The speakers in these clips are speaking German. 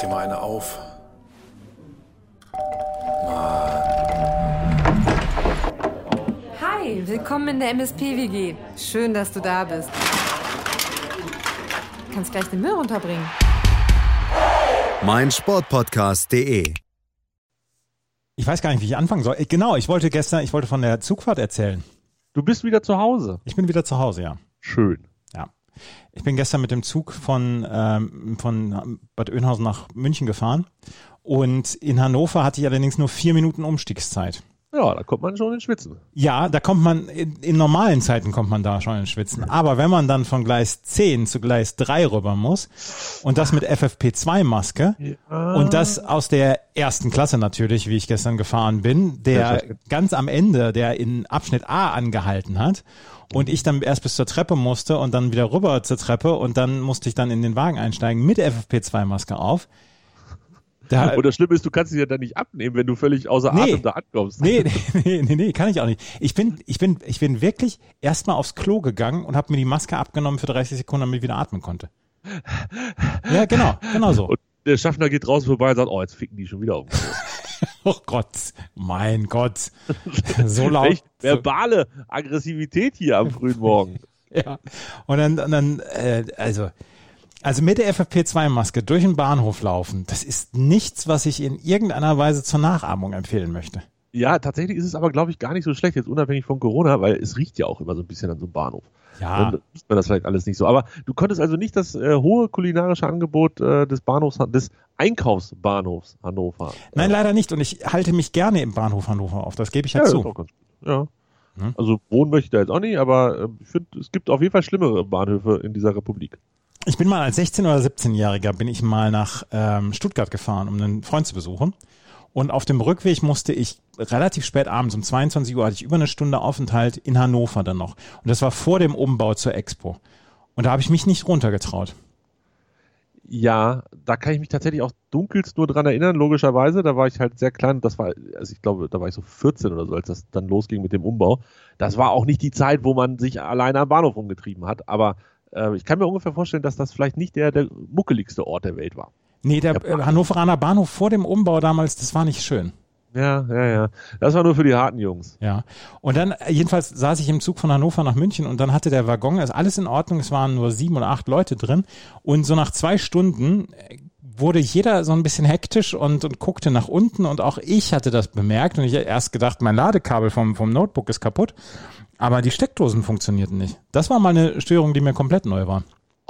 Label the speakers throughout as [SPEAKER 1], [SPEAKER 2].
[SPEAKER 1] dir mal eine auf.
[SPEAKER 2] Hi, willkommen in der MSP-WG. Schön, dass du da bist. Du kannst gleich den Müll runterbringen.
[SPEAKER 3] mein Sportpodcast.de.
[SPEAKER 4] Ich weiß gar nicht, wie ich anfangen soll. Äh, Genau, ich wollte gestern, ich wollte von der Zugfahrt erzählen.
[SPEAKER 5] Du bist wieder zu Hause.
[SPEAKER 4] Ich bin wieder zu Hause, ja.
[SPEAKER 5] Schön.
[SPEAKER 4] Ich bin gestern mit dem Zug von, ähm, von Bad Oeynhausen nach München gefahren. Und in Hannover hatte ich allerdings nur vier Minuten Umstiegszeit.
[SPEAKER 5] Ja, da kommt man schon in Schwitzen.
[SPEAKER 4] Ja, da kommt man, in, in normalen Zeiten kommt man da schon ins Schwitzen. Aber wenn man dann von Gleis 10 zu Gleis 3 rüber muss und das mit FFP2-Maske und das aus der ersten Klasse natürlich, wie ich gestern gefahren bin, der ganz am Ende, der in Abschnitt A angehalten hat und ich dann erst bis zur Treppe musste und dann wieder rüber zur Treppe und dann musste ich dann in den Wagen einsteigen mit FFP2-Maske auf. Da,
[SPEAKER 5] Und das Schlimme ist, du kannst sie ja dann nicht abnehmen, wenn du völlig außer
[SPEAKER 4] Äh, Nee.
[SPEAKER 5] Atem da ankommst.
[SPEAKER 4] Nee, nee, nee, nee, nee, kann ich auch nicht. Ich bin, ich bin, ich bin wirklich erstmal aufs Klo gegangen und habe mir die Maske abgenommen für 30 Sekunden, damit ich wieder atmen konnte. Ja, genau, genau so.
[SPEAKER 5] Und der Schaffner geht draußen vorbei und sagt, oh, jetzt ficken die schon wieder auf.
[SPEAKER 4] Oh Gott, mein Gott. So laut.
[SPEAKER 5] Echt verbale Aggressivität hier am frühen Morgen.
[SPEAKER 4] Ja. Und dann, und dann äh, also, also mit der FFP2-Maske durch den Bahnhof laufen, das ist nichts, was ich in irgendeiner Weise zur Nachahmung empfehlen möchte.
[SPEAKER 5] Ja, tatsächlich ist es aber, glaube ich, gar nicht so schlecht, jetzt unabhängig von Corona, weil es riecht ja auch immer so ein bisschen an so einem Bahnhof.
[SPEAKER 4] Ja.
[SPEAKER 5] Dann riecht man das vielleicht alles nicht so. Aber du konntest also nicht das äh, hohe kulinarische Angebot äh, des Bahnhofs, des Einkaufsbahnhofs Hannover. äh,
[SPEAKER 4] Nein, leider nicht. Und ich halte mich gerne im Bahnhof Hannover auf. Das gebe ich ja,
[SPEAKER 5] Ja, das
[SPEAKER 4] zu.
[SPEAKER 5] ist auch ganz gut. Ja.
[SPEAKER 4] Hm?
[SPEAKER 5] Also wohnen möchte ich da jetzt auch nicht, aber äh, ich finde, es gibt auf jeden Fall schlimmere Bahnhöfe in dieser Republik.
[SPEAKER 4] Ich bin mal als 16- oder 17-Jähriger bin ich mal nach ähm, Stuttgart gefahren, um einen Freund zu besuchen. Und auf dem Rückweg musste ich relativ spät abends, um 22 Uhr hatte ich über eine Stunde Aufenthalt in Hannover dann noch. Und das war vor dem Umbau zur Expo. Und da habe ich mich nicht runtergetraut.
[SPEAKER 5] Ja, da kann ich mich tatsächlich auch dunkelst nur dran erinnern, logischerweise. Da war ich halt sehr klein. Das war, also ich glaube, da war ich so 14 oder so, als das dann losging mit dem Umbau. Das war auch nicht die Zeit, wo man sich alleine am Bahnhof rumgetrieben hat. Aber äh, ich kann mir ungefähr vorstellen, dass das vielleicht nicht der, der muckeligste Ort der Welt war.
[SPEAKER 4] Nee, der äh, Hannoveraner Bahnhof vor dem Umbau damals, das war nicht schön.
[SPEAKER 5] Ja, ja, ja. Das war nur für die harten Jungs.
[SPEAKER 4] Ja. Und dann, äh, jedenfalls saß ich im Zug von Hannover nach München und dann hatte der Waggon, ist alles in Ordnung, es waren nur sieben oder acht Leute drin. Und so nach zwei Stunden äh, wurde jeder so ein bisschen hektisch und, und guckte nach unten und auch ich hatte das bemerkt und ich hätte erst gedacht, mein Ladekabel vom, vom Notebook ist kaputt. Aber die Steckdosen funktionierten nicht. Das war mal eine Störung, die mir komplett neu war.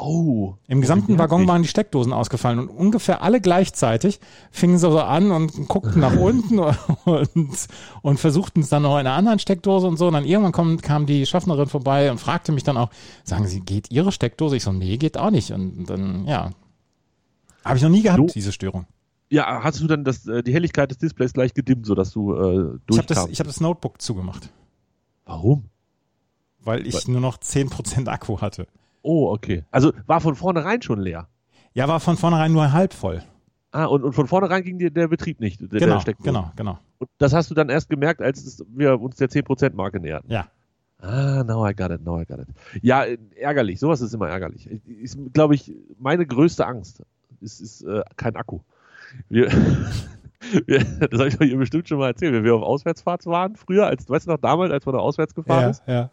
[SPEAKER 5] Oh.
[SPEAKER 4] Im gesamten
[SPEAKER 5] Wie
[SPEAKER 4] Waggon
[SPEAKER 5] nervig.
[SPEAKER 4] waren die Steckdosen ausgefallen und ungefähr alle gleichzeitig fingen sie so an und guckten nach unten und, und versuchten es dann noch in einer anderen Steckdose und so. Und dann irgendwann kam, kam die Schaffnerin vorbei und fragte mich dann auch, sagen Sie, geht Ihre Steckdose? Ich so, nee, geht auch nicht. Und dann, ja. Habe ich noch nie gehabt,
[SPEAKER 5] So.
[SPEAKER 4] diese Störung.
[SPEAKER 5] Ja, hast du dann das, äh, die Helligkeit des Displays gleich gedimmt, sodass du
[SPEAKER 4] Ich
[SPEAKER 5] äh,
[SPEAKER 4] habe das,
[SPEAKER 5] durchkamst?
[SPEAKER 4] ich hab das Notebook zugemacht,
[SPEAKER 5] Warum?
[SPEAKER 4] weil ich nur noch 10% Akku hatte.
[SPEAKER 5] Oh, okay. Also war von vornherein schon leer.
[SPEAKER 4] Ja, war von vornherein nur halb voll.
[SPEAKER 5] Ah, und, und von vornherein ging dir der Betrieb nicht. Der, der
[SPEAKER 4] Genau,
[SPEAKER 5] Steckdose.
[SPEAKER 4] genau, genau.
[SPEAKER 5] Und das hast du dann erst gemerkt, als es, wir uns der 10%-Marke näherten.
[SPEAKER 4] Ja.
[SPEAKER 5] Ah, now I got it, now I got it. Ja, äh, ärgerlich, sowas ist immer ärgerlich. Ist, glaube ich, meine größte Angst. Es ist äh, kein Akku. Wir, wir, das habe ich euch bestimmt schon mal erzählt, wenn wir auf Auswärtsfahrt waren, früher, als, weißt du noch, damals, als man da auswärts gefahren ist,
[SPEAKER 4] ja.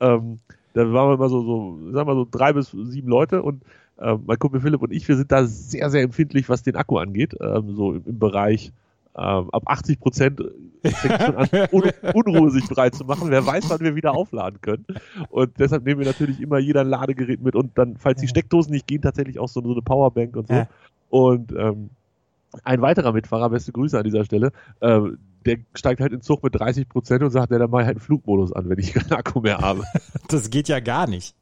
[SPEAKER 5] ähm, da waren wir immer so, so, sagen wir so drei bis sieben Leute und ähm, mein Kumpel Philipp und ich, wir sind da sehr, sehr empfindlich, was den Akku angeht, ähm, so im, im Bereich ähm, ab 80 Prozent fängt schon an, Un Unruhe sich breit zu machen. Wer weiß, wann wir wieder aufladen können. Und deshalb nehmen wir natürlich immer jeder ein Ladegerät mit und dann, falls die Steckdosen nicht gehen, tatsächlich auch so, so eine Powerbank und so.
[SPEAKER 4] Ja.
[SPEAKER 5] Und ähm, ein weiterer Mitfahrer, beste Grüße an dieser Stelle, ähm, der steigt halt in den Zug mit 30 Prozent und sagt, ja, dann mach ich halt einen Flugmodus an, wenn ich keinen Akku mehr habe.
[SPEAKER 4] Das geht ja gar nicht.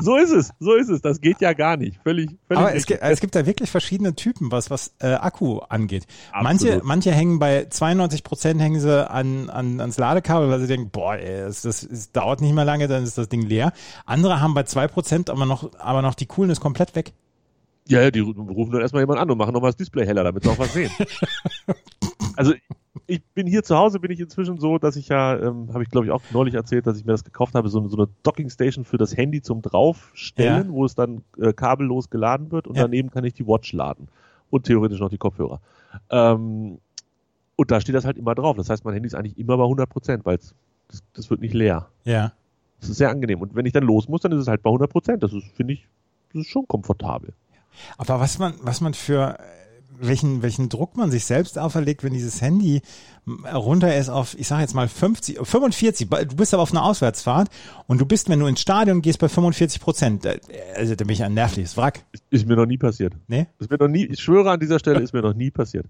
[SPEAKER 5] So ist es, so ist es. Das geht ja gar nicht. Völlig, völlig.
[SPEAKER 4] Aber es
[SPEAKER 5] richtig.
[SPEAKER 4] gibt, es gibt da wirklich verschiedene Typen, was, was äh, Akku angeht. Manche,
[SPEAKER 5] Absolut.
[SPEAKER 4] manche hängen bei 92 Prozent hängen sie an, an, ans Ladekabel, weil sie denken, boah, ey, das, das, das dauert nicht mehr lange, dann ist das Ding leer. Andere haben bei 2 Prozent aber noch, aber noch die Coolness komplett weg.
[SPEAKER 5] ja, ja, die ru- rufen dann erstmal jemand an und machen nochmal das Display heller, damit sie auch was sehen. also, ich bin hier zu Hause, bin ich inzwischen so, dass ich ja, ähm, habe ich glaube ich auch neulich erzählt, dass ich mir das gekauft habe, so, so eine Dockingstation für das Handy zum Draufstellen,
[SPEAKER 4] Ja.
[SPEAKER 5] wo es dann äh, kabellos geladen wird und
[SPEAKER 4] Ja.
[SPEAKER 5] daneben kann ich die Watch laden. und theoretisch noch die Kopfhörer. Ähm, und da steht das halt immer drauf. Das heißt, mein Handy ist eigentlich immer bei 100 Prozent, weil es- das, das wird nicht leer.
[SPEAKER 4] Ja.
[SPEAKER 5] Das ist sehr angenehm. Und wenn ich dann los muss, dann ist es halt bei 100 Prozent. Das ist, finde ich, das ist schon komfortabel.
[SPEAKER 4] Aber was man, was man für äh, welchen, welchen Druck man sich selbst auferlegt, wenn dieses Handy äh, runter ist auf, ich sag jetzt mal 50, 45, bei- du bist aber auf einer Auswärtsfahrt und du bist, wenn du ins Stadion gehst, bei 45 Prozent. Also da bin ich ein nervliches Wrack.
[SPEAKER 5] Ist, ist mir noch nie passiert.
[SPEAKER 4] Ne?
[SPEAKER 5] Ist mir noch nie, ich schwöre an dieser Stelle, ist mir noch nie passiert.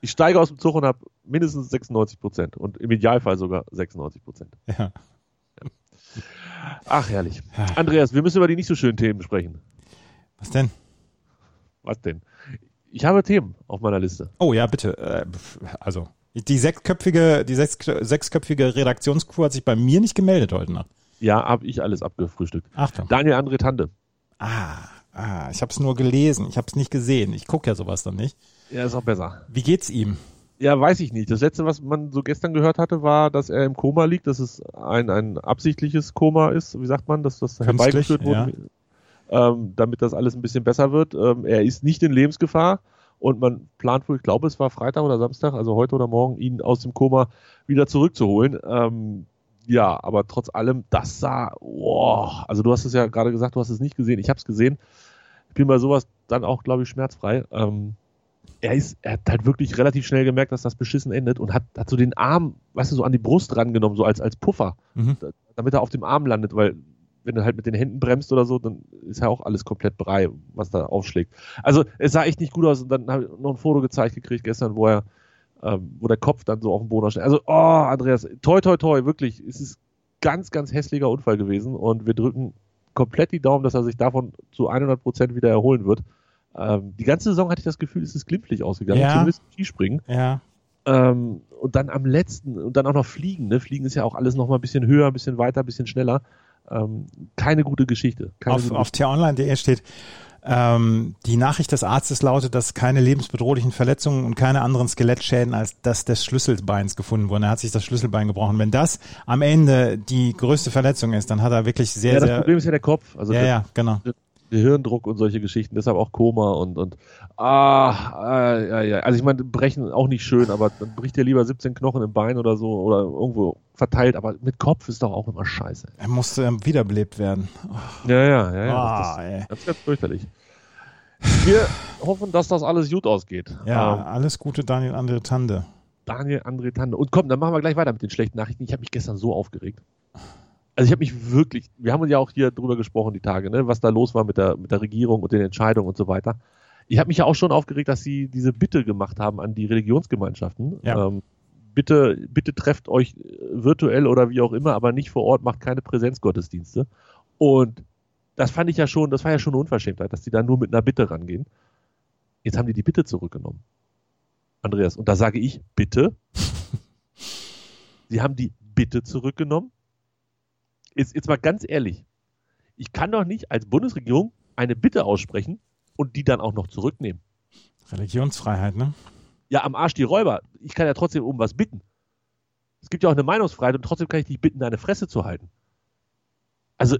[SPEAKER 5] Ich steige aus dem Zug und habe mindestens 96 Prozent und im Idealfall sogar 96 Prozent.
[SPEAKER 4] Ja.
[SPEAKER 5] Ach, herrlich. Andreas, wir müssen über die nicht so schönen Themen sprechen.
[SPEAKER 4] Was denn?
[SPEAKER 5] Was denn? Ich habe Themen auf meiner Liste.
[SPEAKER 4] Oh ja, bitte. Äh, pf, Also die sechsköpfige, die sechs, sechsköpfige Redaktionscrew hat sich bei mir nicht gemeldet heute Nacht.
[SPEAKER 5] Ja, habe ich alles abgefrühstückt.
[SPEAKER 4] Achtung.
[SPEAKER 5] Daniel André Tande.
[SPEAKER 4] Ah, ah ich habe es nur gelesen, ich habe es nicht gesehen. Ich gucke ja sowas dann nicht.
[SPEAKER 5] Ja, ist auch besser.
[SPEAKER 4] Wie geht's ihm?
[SPEAKER 5] Ja, weiß ich nicht. Das letzte, was man so gestern gehört hatte, war, dass er im Koma liegt, dass es ein, ein absichtliches Koma ist, wie sagt man, dass das
[SPEAKER 4] Künstlich,
[SPEAKER 5] herbeigeführt wurde, ähm, damit das alles ein bisschen besser wird. Ähm, er ist nicht in Lebensgefahr und man plant wohl, ich glaube, es war Freitag oder Samstag, also heute oder morgen, ihn aus dem Koma wieder zurückzuholen. Ähm, ja, aber trotz allem, das sah, boah, also du hast es ja gerade gesagt, du hast es nicht gesehen, ich habe es gesehen. Ich bin bei sowas dann auch, glaube ich, schmerzfrei. Ähm, er, ist, er hat halt wirklich relativ schnell gemerkt, dass das beschissen endet und hat, hat so den Arm, weißt du, so an die Brust rangenommen, so als, als Puffer,
[SPEAKER 4] Mhm.
[SPEAKER 5] da, damit er auf dem Arm landet, weil wenn du halt mit den Händen bremst oder so, dann ist ja auch alles komplett brei, was da aufschlägt. Also es sah echt nicht gut aus und dann habe ich noch ein Foto gezeigt gekriegt gestern, wo er, ähm, wo der Kopf dann so auf dem Boden steht. Also, oh, Andreas, toi, toi, toi, wirklich, es ist ganz, ganz hässlicher Unfall gewesen und wir drücken komplett die Daumen, dass er sich davon zu 100% wieder erholen wird. Ähm, die ganze Saison hatte ich das Gefühl, es ist glimpflich ausgegangen,
[SPEAKER 4] Ja.
[SPEAKER 5] zumindest im Skispringen.
[SPEAKER 4] Ja.
[SPEAKER 5] Ähm, und dann am letzten, und dann auch noch Fliegen. Ne? Fliegen ist ja auch alles nochmal ein bisschen höher, ein bisschen weiter, ein bisschen schneller. Ähm, keine gute Geschichte. Keine
[SPEAKER 4] Auf,
[SPEAKER 5] gute
[SPEAKER 4] auf t-online.de steht, ähm, die Nachricht des Arztes lautet, dass keine lebensbedrohlichen Verletzungen und keine anderen Skelettschäden als das des Schlüsselbeins gefunden wurden. Er hat sich das Schlüsselbein gebrochen. Wenn das am Ende die größte Verletzung ist, dann hat er wirklich sehr,
[SPEAKER 5] ja, das
[SPEAKER 4] sehr...
[SPEAKER 5] Problem ist ja der Kopf. Also
[SPEAKER 4] Ja,
[SPEAKER 5] der,
[SPEAKER 4] ja, genau.
[SPEAKER 5] der Hirndruck und solche Geschichten, deshalb auch Koma und, und ah, äh, ja, ja. also ich meine, brechen auch nicht schön, aber dann bricht dir lieber 17 Knochen im Bein oder so oder irgendwo verteilt, aber mit Kopf ist doch auch immer scheiße.
[SPEAKER 4] Er musste ähm, wiederbelebt werden.
[SPEAKER 5] Ja, ja, ja, ja.
[SPEAKER 4] Ah,
[SPEAKER 5] das,
[SPEAKER 4] ey.
[SPEAKER 5] ist ganz, ganz fürchterlich. Wir hoffen, dass das alles gut ausgeht.
[SPEAKER 4] Ja,
[SPEAKER 5] Ähm,
[SPEAKER 4] alles Gute, Daniel Andre Tande.
[SPEAKER 5] Daniel André Tande. Und komm, dann machen wir gleich weiter mit den schlechten Nachrichten. Ich habe mich gestern so aufgeregt. Also ich habe mich wirklich, wir haben ja auch hier drüber gesprochen die Tage, ne, was da los war mit der, mit der Regierung und den Entscheidungen und so weiter. Ich habe mich ja auch schon aufgeregt, dass sie diese Bitte gemacht haben an die Religionsgemeinschaften.
[SPEAKER 4] Ja.
[SPEAKER 5] Ähm, bitte, bitte trefft euch äh, virtuell oder wie auch immer, aber nicht vor Ort, macht keine Präsenzgottesdienste. Und das fand ich ja schon, das war ja schon eine Unverschämtheit, dass die da nur mit einer Bitte rangehen. Jetzt haben die die Bitte zurückgenommen. Andreas, und da sage ich, bitte. Sie haben die Bitte zurückgenommen. Jetzt, jetzt mal ganz ehrlich. Ich kann doch nicht als Bundesregierung eine Bitte aussprechen und die dann auch noch zurücknehmen.
[SPEAKER 4] Religionsfreiheit, ne?
[SPEAKER 5] Ja, am Arsch die Räuber. Ich kann ja trotzdem um was bitten. Es gibt ja auch eine Meinungsfreiheit und trotzdem kann ich dich bitten, deine Fresse zu halten. Also,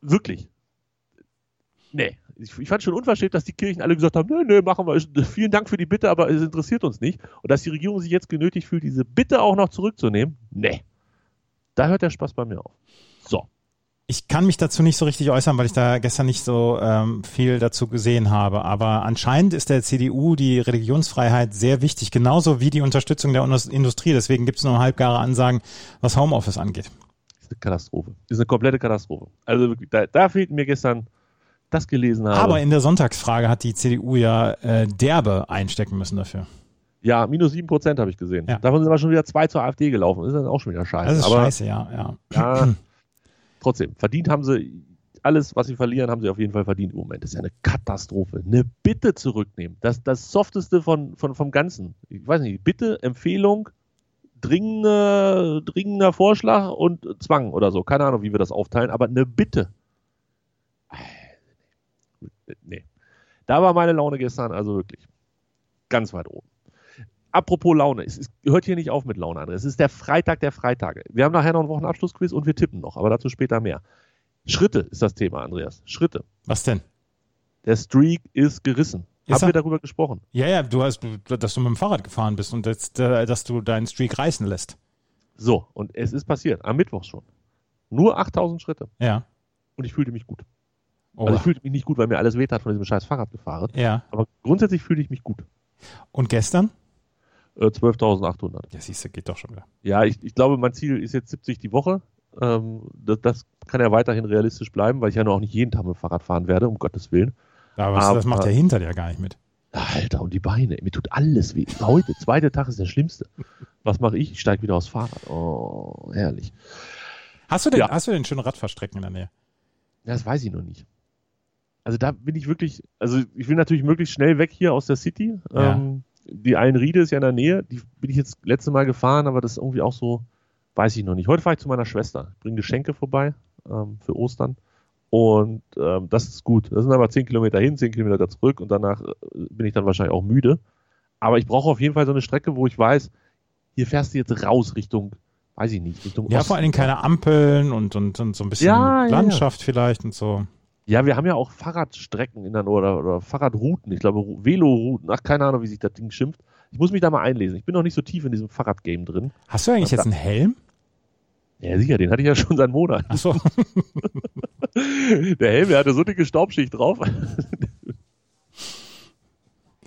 [SPEAKER 5] wirklich. Nee. Ich, ich fand schon unverschämt, dass die Kirchen alle gesagt haben, nö, nö, machen wir. Ist- Vielen Dank für die Bitte, aber es interessiert uns nicht. Und dass die Regierung sich jetzt genötigt fühlt, diese Bitte auch noch zurückzunehmen, nee. Da hört der Spaß bei mir auf. So.
[SPEAKER 4] Ich kann mich dazu nicht so richtig äußern, weil ich da gestern nicht so ähm, viel dazu gesehen habe. Aber anscheinend ist der CDU die Religionsfreiheit sehr wichtig, genauso wie die Unterstützung der Indus- Industrie. Deswegen gibt es nur halbgare Ansagen, was Homeoffice angeht.
[SPEAKER 5] Ist eine Katastrophe. Ist eine komplette Katastrophe. Also wirklich, da, da fehlten mir gestern das gelesen habe.
[SPEAKER 4] Aber in der Sonntagsfrage hat die CDU ja äh, derbe einstecken müssen dafür.
[SPEAKER 5] Ja, minus 7 Prozent habe ich gesehen.
[SPEAKER 4] Ja.
[SPEAKER 5] Davon sind aber schon wieder zwei zur AfD gelaufen. Ist dann auch schon wieder scheiße.
[SPEAKER 4] Das ist
[SPEAKER 5] aber
[SPEAKER 4] scheiße, ja, ja.
[SPEAKER 5] Ja, trotzdem, verdient haben sie alles, was sie verlieren, haben sie auf jeden Fall verdient im Moment. Das ist ja eine Katastrophe. Eine Bitte zurücknehmen. Das, das Softeste von, von, vom Ganzen. Ich weiß nicht, Bitte, Empfehlung, dringender, dringender Vorschlag und Zwang oder so. Keine Ahnung, wie wir das aufteilen, aber eine Bitte. Äh, Nee. Da war meine Laune gestern also wirklich ganz weit oben. Apropos Laune, es ist, hört hier nicht auf mit Laune, André. Es ist der Freitag der Freitage. Wir haben nachher noch einen Wochenabschlussquiz und wir tippen noch, aber dazu später mehr. Schritte ist das Thema, Andreas. Schritte.
[SPEAKER 4] Was denn?
[SPEAKER 5] Der Streak ist gerissen.
[SPEAKER 4] Ist
[SPEAKER 5] haben
[SPEAKER 4] er-
[SPEAKER 5] wir darüber gesprochen.
[SPEAKER 4] Ja, ja, du hast, dass du mit dem Fahrrad gefahren bist und dass, äh, dass du deinen Streak reißen lässt.
[SPEAKER 5] So, und es ist passiert, am Mittwoch schon. Nur 8000 Schritte
[SPEAKER 4] Ja.
[SPEAKER 5] und ich fühlte mich gut.
[SPEAKER 4] Oh.
[SPEAKER 5] Also ich fühlte mich nicht gut, weil mir alles wehtat von diesem scheiß Fahrradgefahren.
[SPEAKER 4] ja.
[SPEAKER 5] Aber grundsätzlich fühlte ich mich gut.
[SPEAKER 4] Und gestern?
[SPEAKER 5] Äh, 12.800.
[SPEAKER 4] Ja, siehst du, geht doch schon wieder.
[SPEAKER 5] Ja, ich, ich glaube, mein Ziel ist jetzt 70 die Woche. Ähm, das, das kann ja weiterhin realistisch bleiben, weil ich ja noch auch nicht jeden Tag mit dem Fahrrad fahren werde, um Gottes Willen.
[SPEAKER 4] Aber, was, das
[SPEAKER 5] Aber-
[SPEAKER 4] macht der hinter dir gar nicht mit.
[SPEAKER 5] Alter, und halt die Beine. Mir tut alles weh. Heute, zweiter Tag ist der schlimmste. Was mache ich? Ich steige wieder aufs Fahrrad. Oh, herrlich.
[SPEAKER 4] Hast du denn,
[SPEAKER 5] Ja.
[SPEAKER 4] hast du denn schöne Radfahrstrecken in der Nähe?
[SPEAKER 5] Das weiß ich noch nicht. Also da bin ich wirklich, also ich will natürlich möglichst schnell weg hier aus der City.
[SPEAKER 4] Ja.
[SPEAKER 5] Ähm, die Einriede ist ja in der Nähe, die bin ich jetzt letzte Mal gefahren, aber das ist irgendwie auch so, weiß ich noch nicht. Heute fahre ich zu meiner Schwester, Ich bringe Geschenke vorbei ähm, für Ostern und ähm, das ist gut. Das sind aber 10 Kilometer hin, 10 Kilometer zurück und danach äh, bin ich dann wahrscheinlich auch müde. Aber ich brauche auf jeden Fall so eine Strecke, wo ich weiß, hier fährst du jetzt raus Richtung, weiß ich nicht, Richtung
[SPEAKER 4] Oh, Ja,
[SPEAKER 5] Osten.
[SPEAKER 4] vor allen Dingen keine Ampeln und, und, und so ein bisschen
[SPEAKER 5] Ja, ja,
[SPEAKER 4] Landschaft vielleicht und so.
[SPEAKER 5] Ja, wir haben ja auch Fahrradstrecken in der, oder, oder Fahrradrouten, ich glaube Ru- Velorouten, ach keine Ahnung, wie sich das Ding schimpft. Ich muss mich da mal einlesen. Ich bin noch nicht so tief in diesem Fahrradgame drin.
[SPEAKER 4] Hast du eigentlich jetzt einen Helm?
[SPEAKER 5] Ja, sicher, den hatte ich ja schon seit Monat.
[SPEAKER 4] Ach so.
[SPEAKER 5] Der Helm, der hatte so dicke Staubschicht drauf.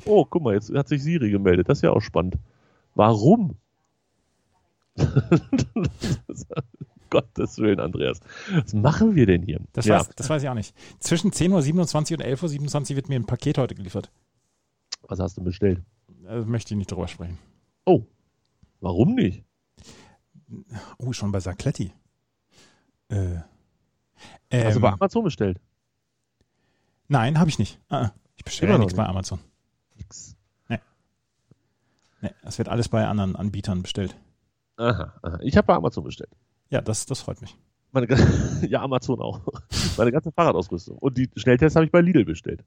[SPEAKER 5] Oh, guck mal, jetzt hat sich Siri gemeldet. Das ist ja auch spannend. Warum? Gottes Willen, Andreas. Was machen wir denn hier?
[SPEAKER 4] Das,
[SPEAKER 5] ja,
[SPEAKER 4] weiß, das weiß ich auch nicht. Zwischen 10.27 Uhr und 11.27 Uhr wird mir ein Paket heute geliefert.
[SPEAKER 5] was hast du bestellt?
[SPEAKER 4] Also möchte ich nicht drüber sprechen.
[SPEAKER 5] Oh, warum nicht?
[SPEAKER 4] Oh, schon bei Sacletti. Äh,
[SPEAKER 5] Hast du
[SPEAKER 4] ähm,
[SPEAKER 5] bei Amazon bestellt?
[SPEAKER 4] nein, habe ich nicht. Ah, ich bestelle
[SPEAKER 5] Immer noch
[SPEAKER 4] nichts bei Amazon. Nee, das wird alles bei anderen Anbietern bestellt.
[SPEAKER 5] Aha, aha. Ich habe bei Amazon bestellt.
[SPEAKER 4] Ja, das, das freut mich.
[SPEAKER 5] Meine, gan- ja, Amazon auch. Meine ganze Fahrradausrüstung. Und die Schnelltests habe ich bei Lidl bestellt.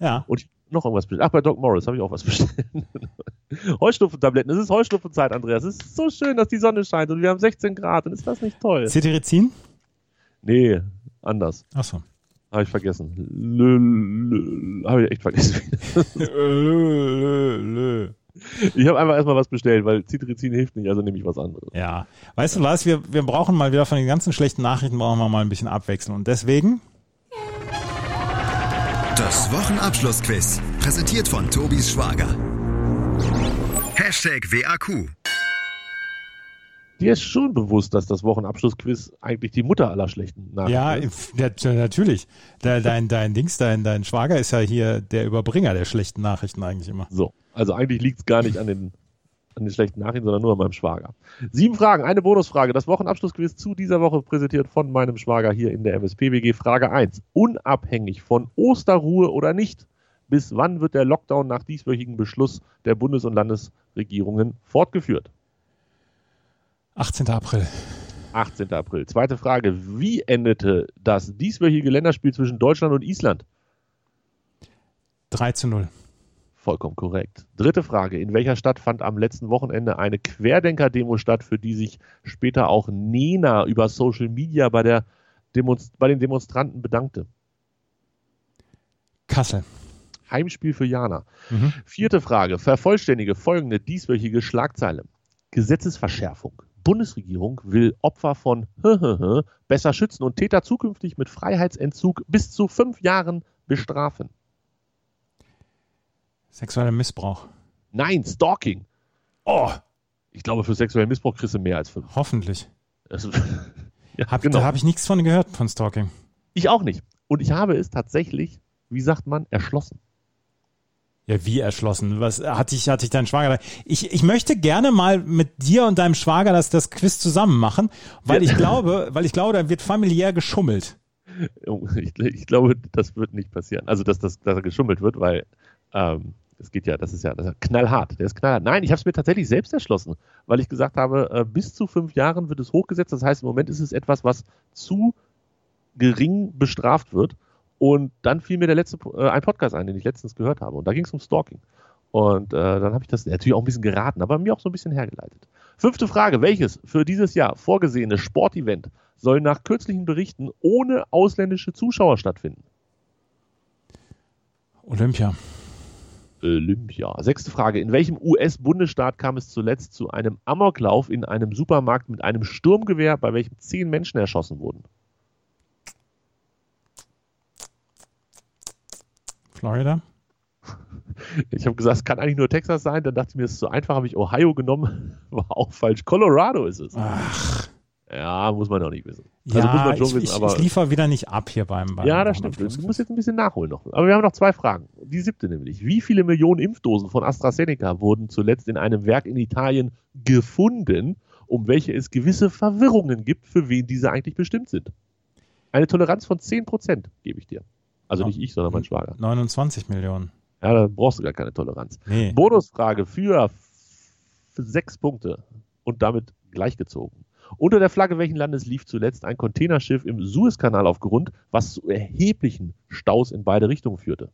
[SPEAKER 4] Ja,
[SPEAKER 5] Und ich hab noch irgendwas bestellt. Ach, bei Doc Morris habe ich auch was bestellt. Heuschnupfentabletten. Es ist Heuschnupfenzeit, Andreas. Es ist so schön, dass die Sonne scheint und wir haben 16 Grad. Und ist das nicht toll?
[SPEAKER 4] Cetirizin?
[SPEAKER 5] Nee, anders.
[SPEAKER 4] Achso.
[SPEAKER 5] Habe ich vergessen. Lö, lö, habe ich echt vergessen. Ich habe einfach erstmal was bestellt, weil Citrizin hilft nicht, also nehme ich was anderes.
[SPEAKER 4] Ja. Weißt du, Lars, wir, wir brauchen mal wieder von den ganzen schlechten Nachrichten, brauchen wir mal ein bisschen abwechseln. Und deswegen
[SPEAKER 3] Das Wochenabschlussquiz. Präsentiert von Tobis Schwager. Hashtag WAQ.
[SPEAKER 5] Dir ist schon bewusst, dass das Wochenabschlussquiz eigentlich die Mutter aller schlechten Nachrichten
[SPEAKER 4] Ja,
[SPEAKER 5] ist.
[SPEAKER 4] f- nat- natürlich. De- Dein, dein Dings, dein, dein Schwager ist ja hier der Überbringer der schlechten Nachrichten eigentlich immer.
[SPEAKER 5] So, also eigentlich liegt es gar nicht an den, an den schlechten Nachrichten, sondern nur an meinem Schwager. Sieben Fragen, eine Bonusfrage. Das Wochenabschlussquiz zu dieser Woche präsentiert von meinem Schwager hier in der MSPWG. Frage 1. Unabhängig von Osterruhe oder nicht, bis wann wird der Lockdown nach dieswöchigen Beschluss der Bundes- und Landesregierungen fortgeführt?
[SPEAKER 4] 18. April.
[SPEAKER 5] 18. April. Zweite Frage. Wie endete das dieswöchige Länderspiel zwischen Deutschland und Island?
[SPEAKER 4] 3 zu 0.
[SPEAKER 5] Vollkommen korrekt. Dritte Frage. In welcher Stadt fand am letzten Wochenende eine Querdenker-Demo statt, für die sich später auch Nena über Social Media bei, der Demonst bei den Demonstranten bedankte?
[SPEAKER 4] Kassel.
[SPEAKER 5] Heimspiel für Jana.
[SPEAKER 4] Mhm.
[SPEAKER 5] Vierte Frage. Vervollständige folgende dieswöchige Schlagzeile. Gesetzesverschärfung. Bundesregierung will Opfer von besser schützen und Täter zukünftig mit Freiheitsentzug bis zu fünf Jahren bestrafen.
[SPEAKER 4] Sexueller Missbrauch.
[SPEAKER 5] Nein, Stalking.
[SPEAKER 4] Oh,
[SPEAKER 5] Ich glaube, für sexuellen Missbrauch kriegst du mehr als fünf.
[SPEAKER 4] hoffentlich.
[SPEAKER 5] Das-
[SPEAKER 4] Hab,
[SPEAKER 5] Genau.
[SPEAKER 4] Da habe ich nichts von gehört, von Stalking.
[SPEAKER 5] Ich auch nicht. Und ich habe es tatsächlich, wie sagt man, erschlossen.
[SPEAKER 4] Ja, wie erschlossen? Was hatte ich, hatte ich deinen Schwager? da- Ich, ich möchte gerne mal mit dir und deinem Schwager das, das Quiz zusammen machen, weil ich glaube, weil ich glaube, da wird familiär geschummelt.
[SPEAKER 5] Ich, ich glaube, das wird nicht passieren. Also, dass, das, dass er geschummelt wird, weil ähm, es geht ja, das ist ja, das ist ja knallhart. Der ist knallhart. Nein, ich habe es mir tatsächlich selbst erschlossen, weil ich gesagt habe, äh, bis zu fünf Jahren wird es hochgesetzt. Das heißt, im Moment ist es etwas, was zu gering bestraft wird. Und dann fiel mir der letzte Po- äh, ein Podcast ein, den ich letztens gehört habe. Und da ging es um Stalking. Und äh, dann habe ich das natürlich auch ein bisschen geraten, aber mir auch so ein bisschen hergeleitet. Fünfte Frage: Welches für dieses Jahr vorgesehene Sportevent soll nach kürzlichen Berichten ohne ausländische Zuschauer stattfinden?
[SPEAKER 4] Olympia.
[SPEAKER 5] Olympia. Sechste Frage. In welchem US-Bundesstaat kam es zuletzt zu einem Amoklauf in einem Supermarkt mit einem Sturmgewehr, bei welchem zehn Menschen erschossen wurden?
[SPEAKER 4] Florida?
[SPEAKER 5] Ich habe gesagt, es kann eigentlich nur Texas sein. Dann dachte ich mir, es ist zu einfach, habe ich Ohio genommen. War auch falsch. Colorado ist es. Ja, muss man doch nicht wissen. Also
[SPEAKER 4] Ja,
[SPEAKER 5] muss man
[SPEAKER 4] ich, ich, ich liefere wieder nicht ab hier beim, beim
[SPEAKER 5] ja,
[SPEAKER 4] beim
[SPEAKER 5] das stimmt. Du
[SPEAKER 4] Abschluss.
[SPEAKER 5] musst jetzt ein bisschen nachholen noch. Aber wir haben noch zwei Fragen. Die siebte nämlich. Wie viele Millionen Impfdosen von AstraZeneca wurden zuletzt in einem Werk in Italien gefunden, um welche es gewisse Verwirrungen gibt, für wen diese eigentlich bestimmt sind? Eine Toleranz von 10% gebe ich dir. Also
[SPEAKER 4] Ja.
[SPEAKER 5] nicht ich, sondern mein Schwager.
[SPEAKER 4] 29 Millionen.
[SPEAKER 5] Ja, da brauchst du gar keine Toleranz.
[SPEAKER 4] Nee.
[SPEAKER 5] Bonusfrage für f- sechs Punkte und damit gleichgezogen. Unter der Flagge welchen Landes lief zuletzt ein Containerschiff im Suezkanal auf Grund, was zu erheblichen Staus in beide Richtungen führte?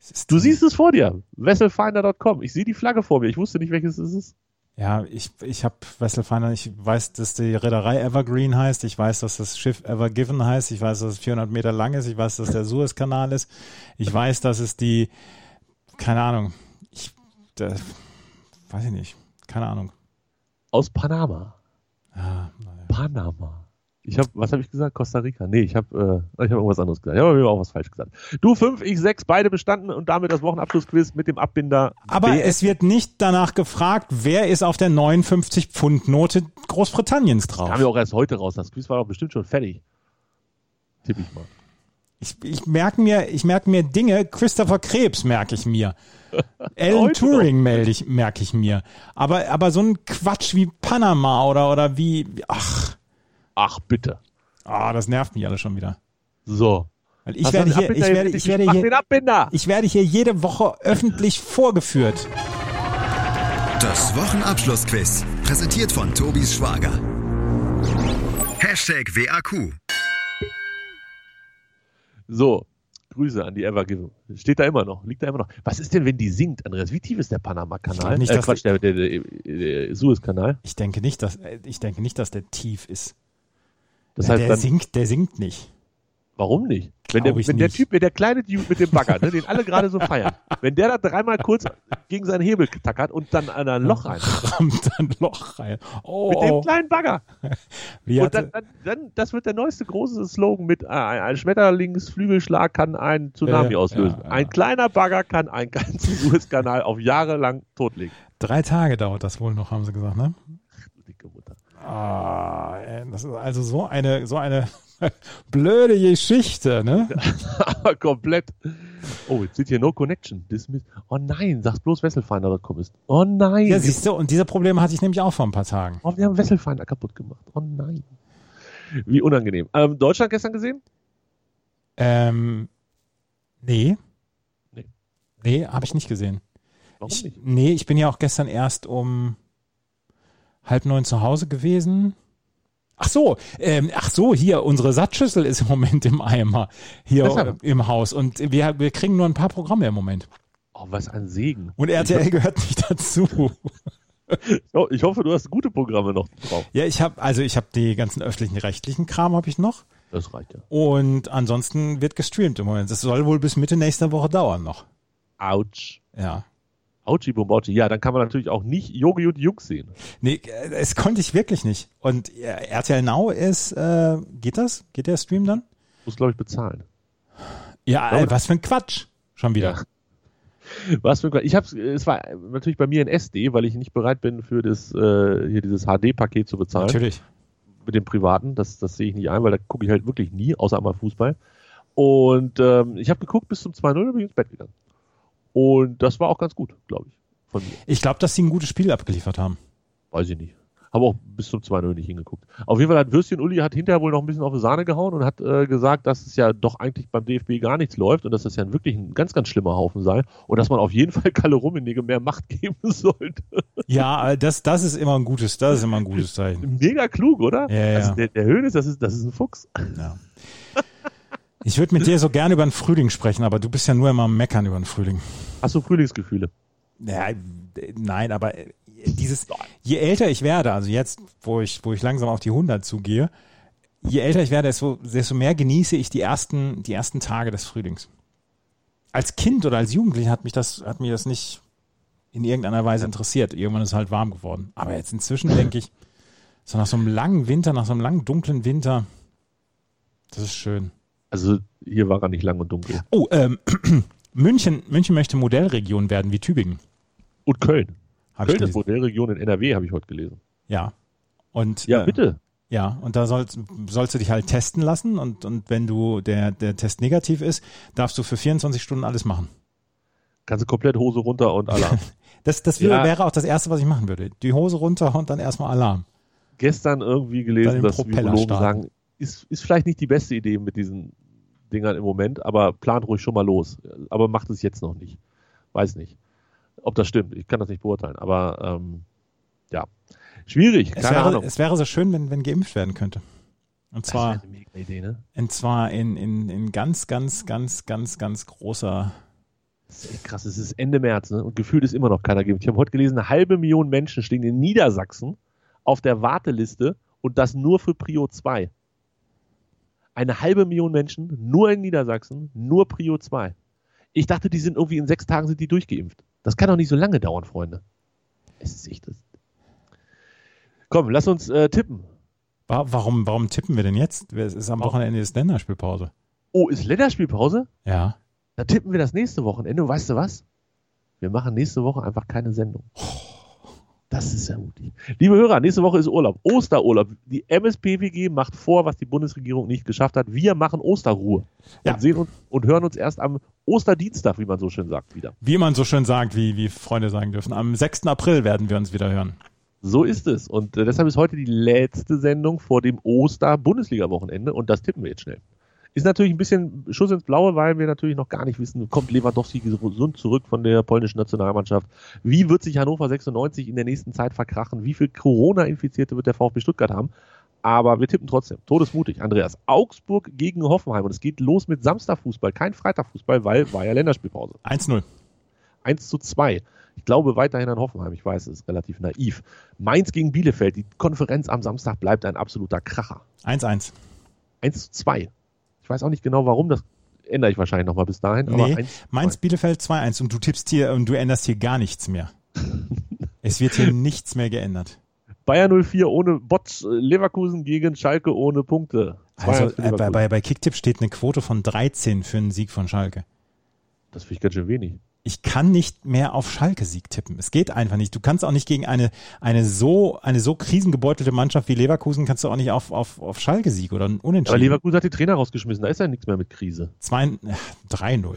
[SPEAKER 4] Es ist-
[SPEAKER 5] Du siehst es vor dir. Vesselfinder.com. Ich sehe die Flagge vor mir. Ich wusste nicht, welches es ist.
[SPEAKER 4] Ja, ich, ich habe Wesselfinder, ich weiß, dass die Reederei Evergreen heißt, ich weiß, dass das Schiff Evergiven heißt, ich weiß, dass es 400 Meter lang ist, ich weiß, dass der Suezkanal ist, ich weiß, dass es die, keine Ahnung, ich, da, weiß ich nicht, keine Ahnung.
[SPEAKER 5] Aus Panama.
[SPEAKER 4] Ah, naja.
[SPEAKER 5] Panama. Ich habe, was habe ich gesagt? Costa Rica. Nee, ich habe äh, ich hab irgendwas anderes gesagt. Ich habe auch was falsch gesagt. Du fünf, ich sechs, beide bestanden und damit das Wochenabschlussquiz mit dem Abbinder.
[SPEAKER 4] Aber
[SPEAKER 5] BS.
[SPEAKER 4] es wird nicht danach gefragt, wer ist auf der 59-Pfund-Note Großbritanniens
[SPEAKER 5] Kam ja
[SPEAKER 4] drauf.
[SPEAKER 5] auch erst heute raus. Das Quiz war doch bestimmt schon fertig. Tipp ich mal.
[SPEAKER 4] Ich, ich merke mir, ich merk mir Dinge, Christopher Krebs merke ich mir. Alan
[SPEAKER 5] Heute
[SPEAKER 4] Turing melde ich, merke ich mir. Aber, aber so ein Quatsch wie Panama oder, oder wie, ach,
[SPEAKER 5] Ach, bitte.
[SPEAKER 4] ah, das nervt mich alles schon wieder.
[SPEAKER 5] So.
[SPEAKER 4] Weil ich,
[SPEAKER 5] Hast du
[SPEAKER 4] werde
[SPEAKER 5] den
[SPEAKER 4] hier, ich,
[SPEAKER 5] Abbinder
[SPEAKER 4] werde,
[SPEAKER 5] jetzt
[SPEAKER 4] ich,
[SPEAKER 5] richtig?
[SPEAKER 4] werde
[SPEAKER 5] Mach
[SPEAKER 4] hier,
[SPEAKER 5] den Abbinder!
[SPEAKER 4] ich werde hier jede Woche öffentlich vorgeführt.
[SPEAKER 3] Das Wochenabschlussquiz. Präsentiert von Tobis Schwager. Hashtag WAQ.
[SPEAKER 5] So. Grüße an die Evergiven. Steht da immer noch. Liegt da immer noch. Was ist denn, wenn die singt, Andreas? Wie tief ist der
[SPEAKER 4] Ich
[SPEAKER 5] Panama-Kanal?
[SPEAKER 4] glaub nicht,
[SPEAKER 5] äh,
[SPEAKER 4] dass
[SPEAKER 5] Quatsch, der, der, der, der Suez-Kanal.
[SPEAKER 4] Ich denke nicht, dass, ich denke nicht, dass der tief ist.
[SPEAKER 5] Das heißt
[SPEAKER 4] der
[SPEAKER 5] dann,
[SPEAKER 4] singt, der singt nicht.
[SPEAKER 5] warum nicht? Wenn, der,
[SPEAKER 4] Glaub ich
[SPEAKER 5] wenn der
[SPEAKER 4] nicht.
[SPEAKER 5] Typ, wenn der kleine Typ mit dem Bagger, ne, den alle gerade so feiern, wenn der da dreimal kurz gegen seinen Hebel tackert und dann an ein Loch rein.
[SPEAKER 4] rammt ein Loch rein.
[SPEAKER 5] Mit
[SPEAKER 4] Oh,
[SPEAKER 5] dem kleinen Bagger.
[SPEAKER 4] wie
[SPEAKER 5] Und
[SPEAKER 4] hatte,
[SPEAKER 5] dann, dann, dann, das wird der neueste große Slogan mit äh, ein Schmetterlingsflügelschlag kann einen Tsunami
[SPEAKER 4] Ja, ja,
[SPEAKER 5] auslösen.
[SPEAKER 4] ja, ja.
[SPEAKER 5] Ein kleiner Bagger kann einen ganzen Suezkanal auf Jahre lang totlegen.
[SPEAKER 4] drei Tage dauert das wohl noch, haben sie gesagt, ne?
[SPEAKER 5] Du Dicke Mutter.
[SPEAKER 4] Ah, ey, das ist also so eine, so eine blöde Geschichte, ne?
[SPEAKER 5] Aber komplett. Oh, jetzt steht hier No Connection. Dismiss. Oh nein, sagst bloß Wesselfinder.com ist. Oh nein.
[SPEAKER 4] Ja, siehst du, und diese Probleme hatte ich nämlich auch vor ein paar Tagen.
[SPEAKER 5] oh, wir haben Wesselfinder kaputt gemacht. Oh nein. Wie unangenehm. Ähm, Deutschland gestern gesehen?
[SPEAKER 4] Ähm, nee.
[SPEAKER 5] Nee.
[SPEAKER 4] Nee, habe ich nicht gesehen.
[SPEAKER 5] Warum
[SPEAKER 4] Ich,
[SPEAKER 5] nicht?
[SPEAKER 4] nee, ich bin ja auch gestern erst um halb neun zu Hause gewesen. Ach so, ähm, ach so, hier, unsere Satzschüssel ist im Moment im Eimer hier
[SPEAKER 5] Deshalb.
[SPEAKER 4] äh, im Haus und wir, wir kriegen nur ein paar Programme im Moment.
[SPEAKER 5] Oh, was ein Segen.
[SPEAKER 4] Und RTL gehört nicht dazu.
[SPEAKER 5] Oh, ich hoffe, du hast gute Programme noch drauf.
[SPEAKER 4] Ja, ich habe also ich habe die ganzen öffentlichen rechtlichen Kram habe ich noch
[SPEAKER 5] Das reicht ja.
[SPEAKER 4] und ansonsten wird gestreamt im Moment. Das soll wohl bis Mitte nächster Woche dauern noch.
[SPEAKER 5] Autsch.
[SPEAKER 4] Ja.
[SPEAKER 5] Auchi Bombauchi, ja, dann kann man natürlich auch nicht Yogi und Jux sehen.
[SPEAKER 4] Nee, äh, es konnte ich wirklich nicht. Und äh, RTL Now ist äh, geht das? Geht der Stream dann?
[SPEAKER 5] Muss, glaube ich, bezahlen.
[SPEAKER 4] Ja,
[SPEAKER 5] Ja,
[SPEAKER 4] äh, was für ein Quatsch. Schon wieder.
[SPEAKER 5] Was für ein Quatsch. Ich hab's, äh, es war äh, natürlich bei mir in SD, weil ich nicht bereit bin, für das, äh, hier dieses HD-Paket zu bezahlen.
[SPEAKER 4] Natürlich.
[SPEAKER 5] Mit dem privaten. Das, das sehe ich nicht ein, weil da gucke ich halt wirklich nie, außer einmal Fußball. Und ähm, ich habe geguckt bis zum 2-0 und bin ich ins Bett gegangen. Und das war auch ganz gut, glaube ich. Von mir.
[SPEAKER 4] Ich glaube, dass sie ein gutes Spiel abgeliefert haben.
[SPEAKER 5] Weiß ich nicht. Habe auch bis zum 2-0 nicht hingeguckt. Auf jeden Fall hat Würstchen Uli hat hinterher wohl noch ein bisschen auf die Sahne gehauen und hat äh, gesagt, dass es ja doch eigentlich beim DFB gar nichts läuft und dass das ja wirklich ein ganz, ganz schlimmer Haufen sei und dass man auf jeden Fall Kalle Rummenigge mehr Macht geben sollte.
[SPEAKER 4] Ja, äh, das, das ist immer ein gutes, das ist immer ein gutes Zeichen.
[SPEAKER 5] Mega klug, oder?
[SPEAKER 4] Ja, ja.
[SPEAKER 5] Also der, der Hönes, das ist, das ist ein Fuchs.
[SPEAKER 4] Ja. Ich würde mit dir so gerne über den Frühling sprechen, aber du bist ja nur immer am Meckern über den Frühling.
[SPEAKER 5] Hast du Frühlingsgefühle?
[SPEAKER 4] Ja, äh, nein, aber äh, dieses, je älter ich werde, also jetzt, wo ich, wo ich langsam auf die 100 zugehe, je älter ich werde, desto, desto mehr genieße ich die ersten, die ersten Tage des Frühlings. als Kind oder als Jugendlicher hat mich das, hat mir das nicht in irgendeiner Weise interessiert. Irgendwann ist es halt warm geworden. Aber jetzt inzwischen denke ich, so nach so einem langen Winter, nach so einem langen dunklen Winter, das ist schön.
[SPEAKER 5] Also hier war er nicht lang und dunkel.
[SPEAKER 4] Oh, ähm, München, München möchte Modellregion werden wie Tübingen.
[SPEAKER 5] Und Köln.
[SPEAKER 4] Hab ich
[SPEAKER 5] Köln ist
[SPEAKER 4] gelesen.
[SPEAKER 5] Modellregion in NRW, habe ich heute gelesen.
[SPEAKER 4] Ja. Und,
[SPEAKER 5] Ja,
[SPEAKER 4] äh,
[SPEAKER 5] bitte.
[SPEAKER 4] Ja, und da sollst, sollst du dich halt testen lassen und, und wenn du der, der Test negativ ist, darfst du für 24 Stunden alles machen.
[SPEAKER 5] Kannst du komplett Hose runter und Alarm.
[SPEAKER 4] Das, das wäre,
[SPEAKER 5] Ja.
[SPEAKER 4] wäre auch das Erste, was ich machen würde. Die Hose runter und dann erstmal Alarm.
[SPEAKER 5] Gestern irgendwie
[SPEAKER 4] Dann den
[SPEAKER 5] gelesen, dass
[SPEAKER 4] Propeller
[SPEAKER 5] Virologen
[SPEAKER 4] starten.
[SPEAKER 5] sagen, ist, ist vielleicht nicht die beste Idee mit diesen Dingern im Moment, aber plant ruhig schon mal los. Aber macht es jetzt noch nicht. Weiß nicht, ob das stimmt. Ich kann das nicht beurteilen, aber ähm, ja. Schwierig,
[SPEAKER 4] Es
[SPEAKER 5] keine
[SPEAKER 4] wäre,
[SPEAKER 5] Ahnung.
[SPEAKER 4] es wäre so schön, wenn, wenn geimpft werden könnte. Und
[SPEAKER 5] Das wäre
[SPEAKER 4] zwar,
[SPEAKER 5] eine mega Idee, ne?
[SPEAKER 4] und zwar in, in, in ganz, ganz, ganz, ganz, ganz großer.
[SPEAKER 5] Das ist echt krass, es ist Ende März ne? und gefühlt ist immer noch keiner geimpft. Ich habe heute gelesen, eine halbe Million Menschen stehen in Niedersachsen auf der Warteliste und das nur für Prio 2. Eine halbe Million Menschen nur in Niedersachsen, nur Prio 2. Ich dachte, die sind irgendwie in sechs Tagen sind die durchgeimpft. Das kann doch nicht so lange dauern, Freunde. Es ist echt das. Komm, lass uns äh, tippen.
[SPEAKER 4] Wa- Warum, warum tippen wir denn jetzt? Es ist am Wochenende ist Länderspielpause.
[SPEAKER 5] Oh, ist Länderspielpause?
[SPEAKER 4] Ja.
[SPEAKER 5] Dann tippen wir das nächste Wochenende. Und weißt du was? Wir machen nächste Woche einfach keine Sendung. Das ist ja mutig. Liebe Hörer, nächste Woche ist Urlaub. Osterurlaub. Die MSPWG macht vor, was die Bundesregierung nicht geschafft hat. Wir machen Osterruhe.
[SPEAKER 4] Ja.
[SPEAKER 5] Und sehen uns und hören uns erst am Osterdienstag, wie man so schön sagt, wieder.
[SPEAKER 4] Wie man so schön sagt, wie, wie Freunde sagen dürfen. Am 6. April werden wir uns wieder hören.
[SPEAKER 5] So ist es. Und äh, deshalb ist heute die letzte Sendung vor dem Oster-Bundesliga-Wochenende. Und das tippen wir jetzt schnell. Ist natürlich ein bisschen Schuss ins Blaue, weil wir natürlich noch gar nicht wissen, kommt Lewandowski gesund zurück von der polnischen Nationalmannschaft? Wie wird sich Hannover 96 in der nächsten Zeit verkrachen? Wie viel Corona-Infizierte wird der VfB Stuttgart haben? Aber wir tippen trotzdem. Todesmutig, Andreas. Augsburg gegen Hoffenheim. Und es geht los mit Samstagfußball, kein Freitagfußball, weil war ja Länderspielpause.
[SPEAKER 4] 1-0.
[SPEAKER 5] 1 zu 2. Ich glaube weiterhin an Hoffenheim. Ich weiß, es ist relativ naiv. Mainz gegen Bielefeld. Die Konferenz am Samstag bleibt ein absoluter Kracher.
[SPEAKER 4] 1-1.
[SPEAKER 5] 1 zu 2. Ich weiß auch nicht genau warum. Das ändere ich wahrscheinlich nochmal bis dahin. Aber
[SPEAKER 4] Nee,
[SPEAKER 5] 1 zu 2.
[SPEAKER 4] Mainz-Bielefeld 2-1 und du tippst hier und du änderst hier gar nichts mehr. es wird hier nichts mehr geändert.
[SPEAKER 5] Bayern 04 ohne Bots. äh, Leverkusen gegen Schalke ohne Punkte. 2-1
[SPEAKER 4] Also
[SPEAKER 5] für
[SPEAKER 4] äh, bei,
[SPEAKER 5] Leverkusen.
[SPEAKER 4] bei, bei Kicktipp steht eine Quote von 13 für einen Sieg von Schalke.
[SPEAKER 5] das finde ich ganz schön wenig.
[SPEAKER 4] Ich kann nicht mehr auf Schalke-Sieg tippen. Es geht einfach nicht. Du kannst auch nicht gegen eine, eine so, eine so krisengebeutelte Mannschaft wie Leverkusen kannst du auch nicht auf, auf, auf Schalke-Sieg oder einen
[SPEAKER 5] Aber
[SPEAKER 4] Unentschieden.
[SPEAKER 5] Leverkusen hat den Trainer rausgeschmissen. Da ist ja nichts mehr mit Krise.
[SPEAKER 4] Zwei- äh, 3-0.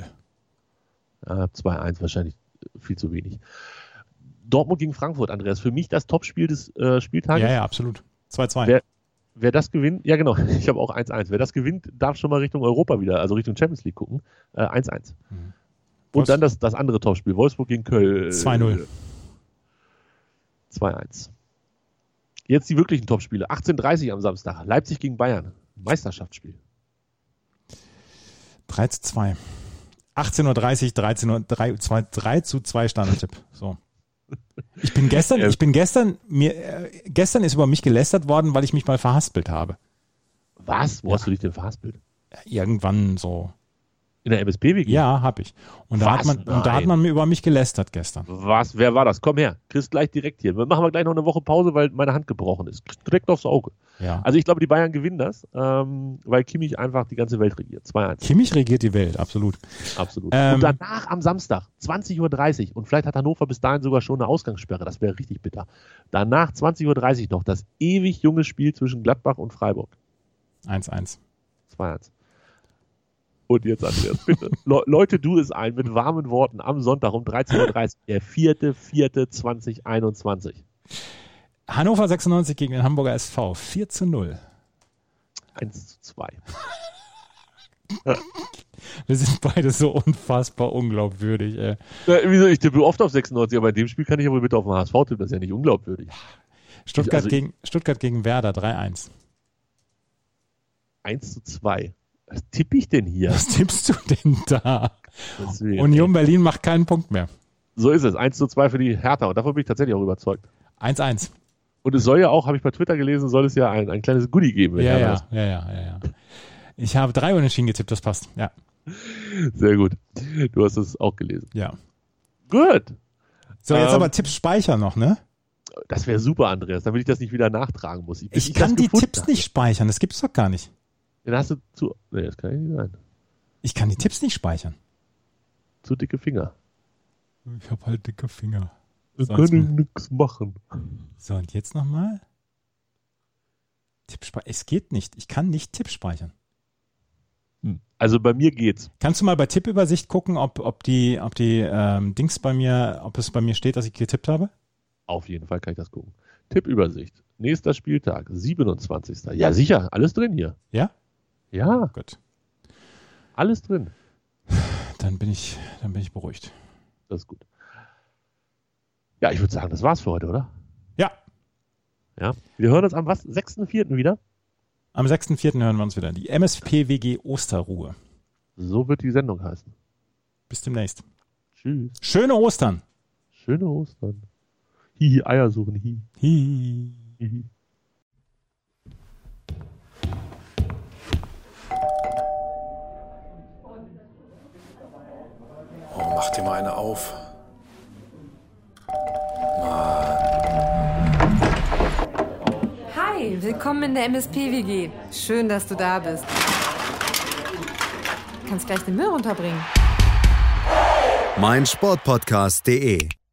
[SPEAKER 5] Ah, 2-1 wahrscheinlich äh, viel zu wenig. Dortmund gegen Frankfurt, Andreas. Für mich das Topspiel des äh, Spieltages.
[SPEAKER 4] Ja, ja, absolut. 2-2.
[SPEAKER 5] Wer- Wer das gewinnt, ja genau, ich habe auch 1-1. Wer das gewinnt, darf schon mal Richtung Europa wieder, also Richtung Champions League gucken. Äh, 1-1.
[SPEAKER 4] Wolfs-
[SPEAKER 5] Und dann das, das andere Topspiel, Wolfsburg gegen Köln. Äh,
[SPEAKER 4] 2-0.
[SPEAKER 5] 2-1. Jetzt die wirklichen Topspiele. 18.30 am Samstag. Leipzig gegen Bayern. Meisterschaftsspiel.
[SPEAKER 4] 3 zu 2. 18.30 Uhr, 13 Uhr, 3, 2, 3 zu 2 Standardtipp. So. Ich bin gestern, ich bin gestern, mir, äh, gestern ist über mich gelästert worden, weil ich mich mal verhaspelt habe.
[SPEAKER 5] Was? Wo hast du dich denn verhaspelt?
[SPEAKER 4] Irgendwann so.
[SPEAKER 5] In der MSP-WG?
[SPEAKER 4] Ja, hab ich. Und da
[SPEAKER 5] Was?
[SPEAKER 4] hat man, und da hat
[SPEAKER 5] Nein.
[SPEAKER 4] man mir über mich gelästert gestern.
[SPEAKER 5] Was? Wer war das? Komm her. Chris gleich direkt hier. Wir machen wir gleich noch eine Woche Pause, weil meine Hand gebrochen ist. Kriegst Direkt aufs Auge.
[SPEAKER 4] Ja.
[SPEAKER 5] Also ich glaube, die Bayern gewinnen das, ähm, weil Kimmich einfach die ganze Welt regiert. 2-1,
[SPEAKER 4] Kimmich regiert die Welt, absolut.
[SPEAKER 5] absolut.
[SPEAKER 4] Ähm.
[SPEAKER 5] und danach am Samstag, 20.30 Uhr, und vielleicht hat Hannover bis dahin sogar schon eine Ausgangssperre, das wäre richtig bitter. Danach 20.30 Uhr noch das ewig junge Spiel zwischen Gladbach und Freiburg.
[SPEAKER 4] 1-1.
[SPEAKER 5] 2-1. Und jetzt, Andreas, bitte. Le Leute, du es ein mit warmen Worten am Sonntag um 13.30 Uhr, der 4.4.2021.
[SPEAKER 4] Hannover 96 gegen den Hamburger SV. 4 zu 0.
[SPEAKER 5] 1 zu 2.
[SPEAKER 4] Wir sind beide so unfassbar unglaubwürdig, äh. ey.
[SPEAKER 5] Na, wieso? Ich tippe oft auf 96, aber in dem Spiel kann ich ja wohl bitte auf den HSV tippen, das ist ja nicht unglaubwürdig.
[SPEAKER 4] Stuttgart,
[SPEAKER 5] Also ich-
[SPEAKER 4] gegen, Stuttgart gegen Werder 3-1.
[SPEAKER 5] 1 zu 2. Was tippe ich denn hier?
[SPEAKER 4] Was tippst du denn da?
[SPEAKER 5] Das will-
[SPEAKER 4] Union Berlin macht keinen Punkt mehr.
[SPEAKER 5] So ist es. 1 zu 2 für die Hertha. Und davon bin ich tatsächlich auch überzeugt.
[SPEAKER 4] 1-1.
[SPEAKER 5] Und es soll ja auch, habe ich bei Twitter gelesen, soll es ja ein, ein kleines Goodie geben. wenn
[SPEAKER 4] Ja,
[SPEAKER 5] Hertha
[SPEAKER 4] ja,
[SPEAKER 5] das-
[SPEAKER 4] ja, ja, ja, ja. Ich habe drei Unentschieden getippt, das passt. Ja.
[SPEAKER 5] Sehr gut. Du hast es auch gelesen.
[SPEAKER 4] Ja.
[SPEAKER 5] Gut.
[SPEAKER 4] So, jetzt
[SPEAKER 5] Ähm.
[SPEAKER 4] aber Tipps speichern noch, ne?
[SPEAKER 5] Das wäre super, Andreas, damit ich das nicht wieder nachtragen muss. Bis
[SPEAKER 4] Ich
[SPEAKER 5] das
[SPEAKER 4] kann die
[SPEAKER 5] gefunden
[SPEAKER 4] Tipps
[SPEAKER 5] habe.
[SPEAKER 4] nicht speichern. Das gibt's doch gar nicht.
[SPEAKER 5] Dann hast du zu. Nee, das kann ja nicht sein.
[SPEAKER 4] Ich kann die Tipps nicht speichern.
[SPEAKER 5] Zu dicke Finger.
[SPEAKER 4] Ich habe halt dicke Finger.
[SPEAKER 5] Wir
[SPEAKER 4] Sonst
[SPEAKER 5] können nichts machen.
[SPEAKER 4] So, und jetzt nochmal. Tippspeichern. Es geht nicht. Ich kann nicht Tipp speichern.
[SPEAKER 5] Hm. Also bei mir geht's.
[SPEAKER 4] Kannst du mal bei Tippübersicht gucken, ob, ob die, ob die ähm, Dings bei mir, ob es bei mir steht, dass ich getippt habe?
[SPEAKER 5] Auf jeden Fall kann ich das gucken. Tippübersicht. Nächster Spieltag, 27. Ja, sicher, alles drin hier.
[SPEAKER 4] Ja?
[SPEAKER 5] Ja,
[SPEAKER 4] Gut.
[SPEAKER 5] alles drin.
[SPEAKER 4] Dann bin ich, dann bin ich beruhigt.
[SPEAKER 5] Das ist gut. Ja, ich würde sagen, das war's für heute, oder?
[SPEAKER 4] Ja,
[SPEAKER 5] Ja. Wir hören uns am was? 6.4. wieder.
[SPEAKER 4] am 6.4. hören wir uns wieder. Die MSPWG Osterruhe.
[SPEAKER 5] So wird die Sendung heißen.
[SPEAKER 4] Bis demnächst.
[SPEAKER 5] Tschüss.
[SPEAKER 4] Schöne Ostern.
[SPEAKER 5] Schöne Ostern. Hihi, Eier suchen. Hihi.
[SPEAKER 4] Hi.
[SPEAKER 5] hihi.
[SPEAKER 1] Oh, mach dir mal eine auf.
[SPEAKER 2] Hi, willkommen in der MSP-WG. Schön, dass du da bist. Kannst gleich den Müll runterbringen.
[SPEAKER 3] meinsportpodcast.de